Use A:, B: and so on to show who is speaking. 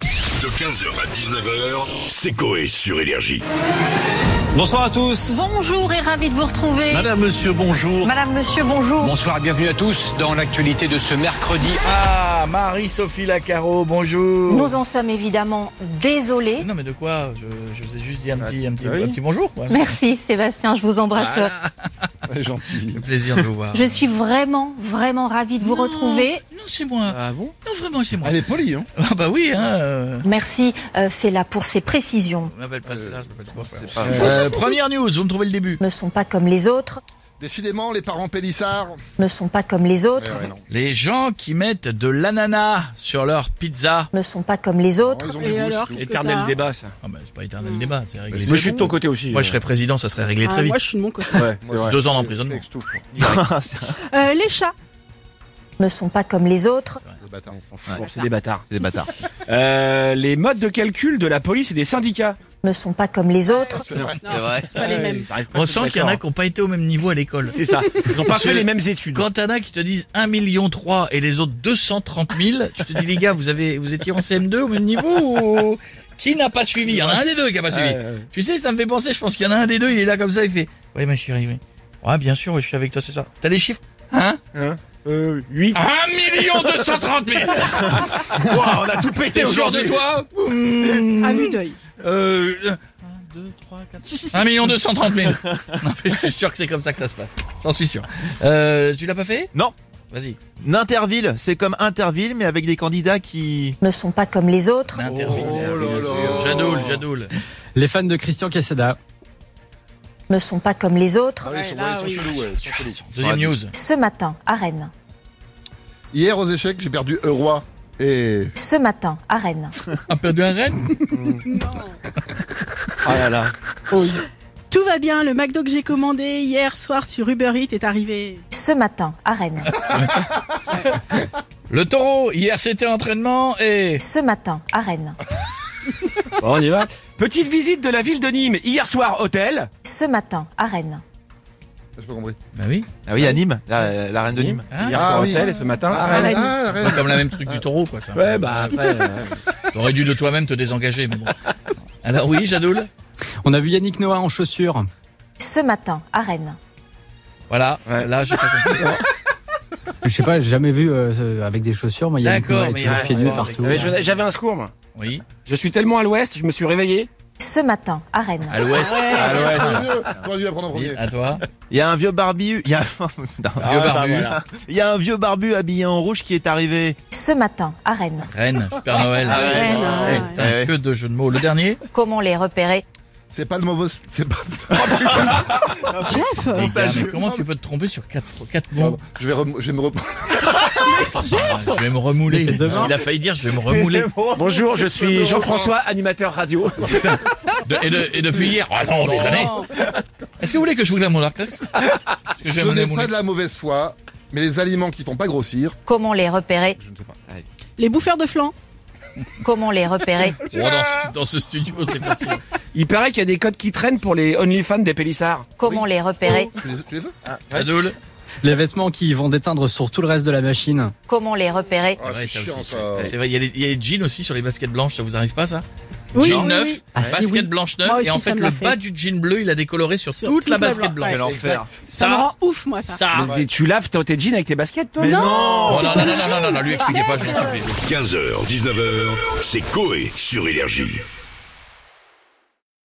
A: De 15h à 19h, c'est Coé sur Énergie.
B: Bonsoir à tous.
C: Bonjour et ravi de vous retrouver.
B: Madame, monsieur, bonjour.
C: Madame, monsieur, bonjour.
D: Bonsoir et bienvenue à tous dans l'actualité de ce mercredi.
E: Ah, Marie-Sophie Lacaro, bonjour.
C: Nous en sommes évidemment désolés.
E: Non, mais de quoi je, je vous ai juste dit un petit, un petit,
B: Ah,
E: un petit bonjour. Quoi.
C: Merci Sébastien, je vous embrasse.
D: gentil.
E: C'est plaisir de vous voir.
C: Je suis vraiment, vraiment ravie de vous
E: Non.
C: retrouver.
E: Non, c'est moi.
B: Ah bon
E: Non, vraiment, c'est moi.
D: est polie, hein
E: Ah, bah oui, hein. euh,
C: Merci, euh, c'est là pour ces précisions.
E: On m'appelle pas cela, je m'appelle pas. Euh, première news, vous me trouvez le début.
C: Ne sont pas comme les autres,
F: Décidément, les parents Pélissard.
C: ne sont pas comme les
D: Eh
C: autres,
F: Ouais, ouais, non.
E: Les gens qui mettent de l'ananas sur leur pizza.
C: ne sont pas comme les autres.
F: Ils ont du goût, c'est tout.
B: Éternel débat, ça.
E: Ah, bah, c'est pas éternel débat, c'est réglé.
B: Hmm. Moi, je suis de ton côté aussi. euh. Ah,
E: Moi, je serais président, ça serait réglé très vite.
G: Moi, je suis de mon côté.
B: Ouais, c'est vrai.
E: Deux ans d'emprisonnement.
F: Je t'extouffe, moi.
G: Euh, les chats.
C: ne sont pas comme les autres,
F: Ah, Le bâtard.
B: Bon, c'est des bâtards. C'est des bâtards. Euh, les modes de calcul de la police et des syndicats. Euh,
C: ne sont pas comme les autres,
G: Non, C'est pas les mêmes.
B: Ils arrivent pas à
E: On
B: se
E: sent
B: mettre
E: qu'il y en a
B: d'accord.
E: qui n'ont pas été au même niveau à l'école.
B: C'est ça. Ils ont pas fait les mêmes études.
E: Quand t'en as qui te disent 1 million 3 et les autres 230 000, tu te dis les gars, vous avez, vous étiez en CM2 au même niveau ou... Qui n'a pas suivi Il y en a un des deux qui a pas suivi.
B: Euh,
E: Tu sais, ça me fait penser, je pense qu'il y en a un des deux, il est là comme ça, il fait Ouais, ma chérie, oui. Ouais, bien sûr, oui, je suis avec toi ce soir. T'as les chiffres Hein
B: hein, euh, huit.
E: 1 million 230 000
F: On
E: Ouah,
F: a tout pété
E: T'es sûr de
F: aujourd'hui.
E: toi
G: À vue d'œil.
E: Euh... 2, 3, 4...
G: Hein
E: 1 million 230 000 Non, mais je suis sûr que c'est comme ça que ça se passe. J'en suis sûr. Euh, tu l'as pas fait
H: Non.
E: Vas-y.
H: N'interville, c'est comme Interville, mais avec des candidats qui...
C: ne sont pas comme les autres,
F: Oh
E: Interville.
F: là là.
E: Jadoul, Jadoul.
I: Les fans de Christian Quesada.
C: ne sont pas comme les
F: Ah
C: autres.
F: oui, ils sont,
G: Ouais, là,
F: ils sont
G: oui.
F: chelous, ouais, ils sont chelous.
E: Deuxième news.
C: Ce matin, à Rennes.
F: Hier, aux échecs, j'ai perdu un roi. Et
C: Ce matin, à Rennes.
E: Un peu de reine
B: Ah là là.
G: Tout va bien. Le McDo que j'ai commandé hier soir sur Uber Eats est arrivé.
C: Ce matin, à Rennes.
E: Le taureau, hier c'était entraînement et...
C: Ce matin, à Rennes.
B: Bon, on y va. Petite visite de la ville de Nîmes. Hier soir, hôtel.
C: Ce matin, à Rennes.
F: j'ai pas compris.
E: Bah oui.
H: Ah oui, à Nîmes, la, la reine de Nîmes.
E: Ah,
B: Hier
F: Ah
B: soir,
F: oui.
B: hôtel et ce matin.
F: Arrête, ah,
E: c'est
F: arrête.
E: pas comme la même truc du taureau, quoi, ça.
B: Ouais, bah après. euh,
E: T'aurais dû de toi-même te désengager, mais bon. Alors oui, Jadoul
I: On a vu Yannick Noah en chaussures.
C: Ce matin, à Rennes.
E: Voilà,
B: Ouais.
E: là, j'ai pas compris.
I: Je sais pas, j'ai jamais vu euh, euh, avec des chaussures. Moi, Yannick Noah
E: D'accord,
I: est
E: mais
I: toujours
E: ouais,
I: pieds nus
E: ouais,
I: partout.
E: ouais,
B: mais je- J'avais un secours, moi.
E: Oui,
B: Je suis tellement à l'ouest, je me suis réveillé.
C: Ce matin, à Rennes.
E: à l'ouest,
F: Ah ouais, c'est mieux. T'aurais dû la prendre en
E: oui,
F: premier.
E: à toi.
H: Il y a un vieux barbu... Il y a... Non.
B: Ah,
E: Vieux
B: bah
E: barbu,
H: Il y a un vieux barbu habillé en rouge qui est arrivé. Eh,
C: Ce matin, à Rennes.
E: Rennes, Père Noël.
G: Rennes, ouais.
E: Putain, Eh,
H: Ah
E: que de jeux de mots. Le dernier
C: Comment les repérer
F: C'est pas le mauvais. C'est pas.
G: Jeff
E: Les gars, mais
F: Contagieux.
E: Comment tu peux te tromper sur quatre, quatre mots
F: Pardon, Je vais, rem- je vais me reprendre.
E: Je vais me remouler.
I: Mais c'est demain.
E: Il a failli dire je vais me remouler.
B: Bonjour, je suis Jean-François, animateur radio.
E: De- et, de- et depuis hier. Ah non, des années. Est-ce que vous voulez que je vous lave mon artiste Parce que
F: Ce
E: j'aime les
F: n'est
E: moulets.
F: pas de la mauvaise foi, mais les aliments qui font pas grossir,
C: Comment les repérer
F: je ne sais pas.
G: Les bouffeurs de flanc.
C: Comment les repérer
E: Oh, dans, ce, dans ce studio, c'est facile.
B: Il paraît qu'il y a des codes qui traînent pour les OnlyFans des Pélissards.
C: Comment les repérer
F: Tu les, tu les veux
E: Jadoul,
I: Les vêtements qui vont déteindre sur tout le reste de la machine.
C: Comment les repérer
F: Ah,
E: vrai,
F: c'est
E: ça
F: chiant
E: aussi.
F: ça.
E: c'est vrai, il y, a les- il y a les jeans aussi sur les baskets blanches, ça vous arrive pas ça
G: Oui,
E: Jean
G: oui,
E: neuf,
G: oui.
I: Ah, si,
E: Basket
I: oui.
E: blanche neuve,
G: Moi
E: et en
G: aussi,
E: fait
G: ça me
E: le
G: l'a fait.
E: bas du jean bleu, il a décoloré sur,
G: Sur
E: toute,
G: toute
E: la
G: la
E: basket
G: blanche,
E: blanche.
G: ouais.
H: Quel enfer.
F: Exact.
G: Ça me rend ouf, moi, ça.
E: Ça.
B: Ah, Mais Tu laves toi, tes jeans avec tes baskets, toi
H: Mais non
E: Oh non, non, non, non, non, non, lui expliquez pas, je l'en supplie.
A: 15h, 19h, c'est Coé sur Énergie.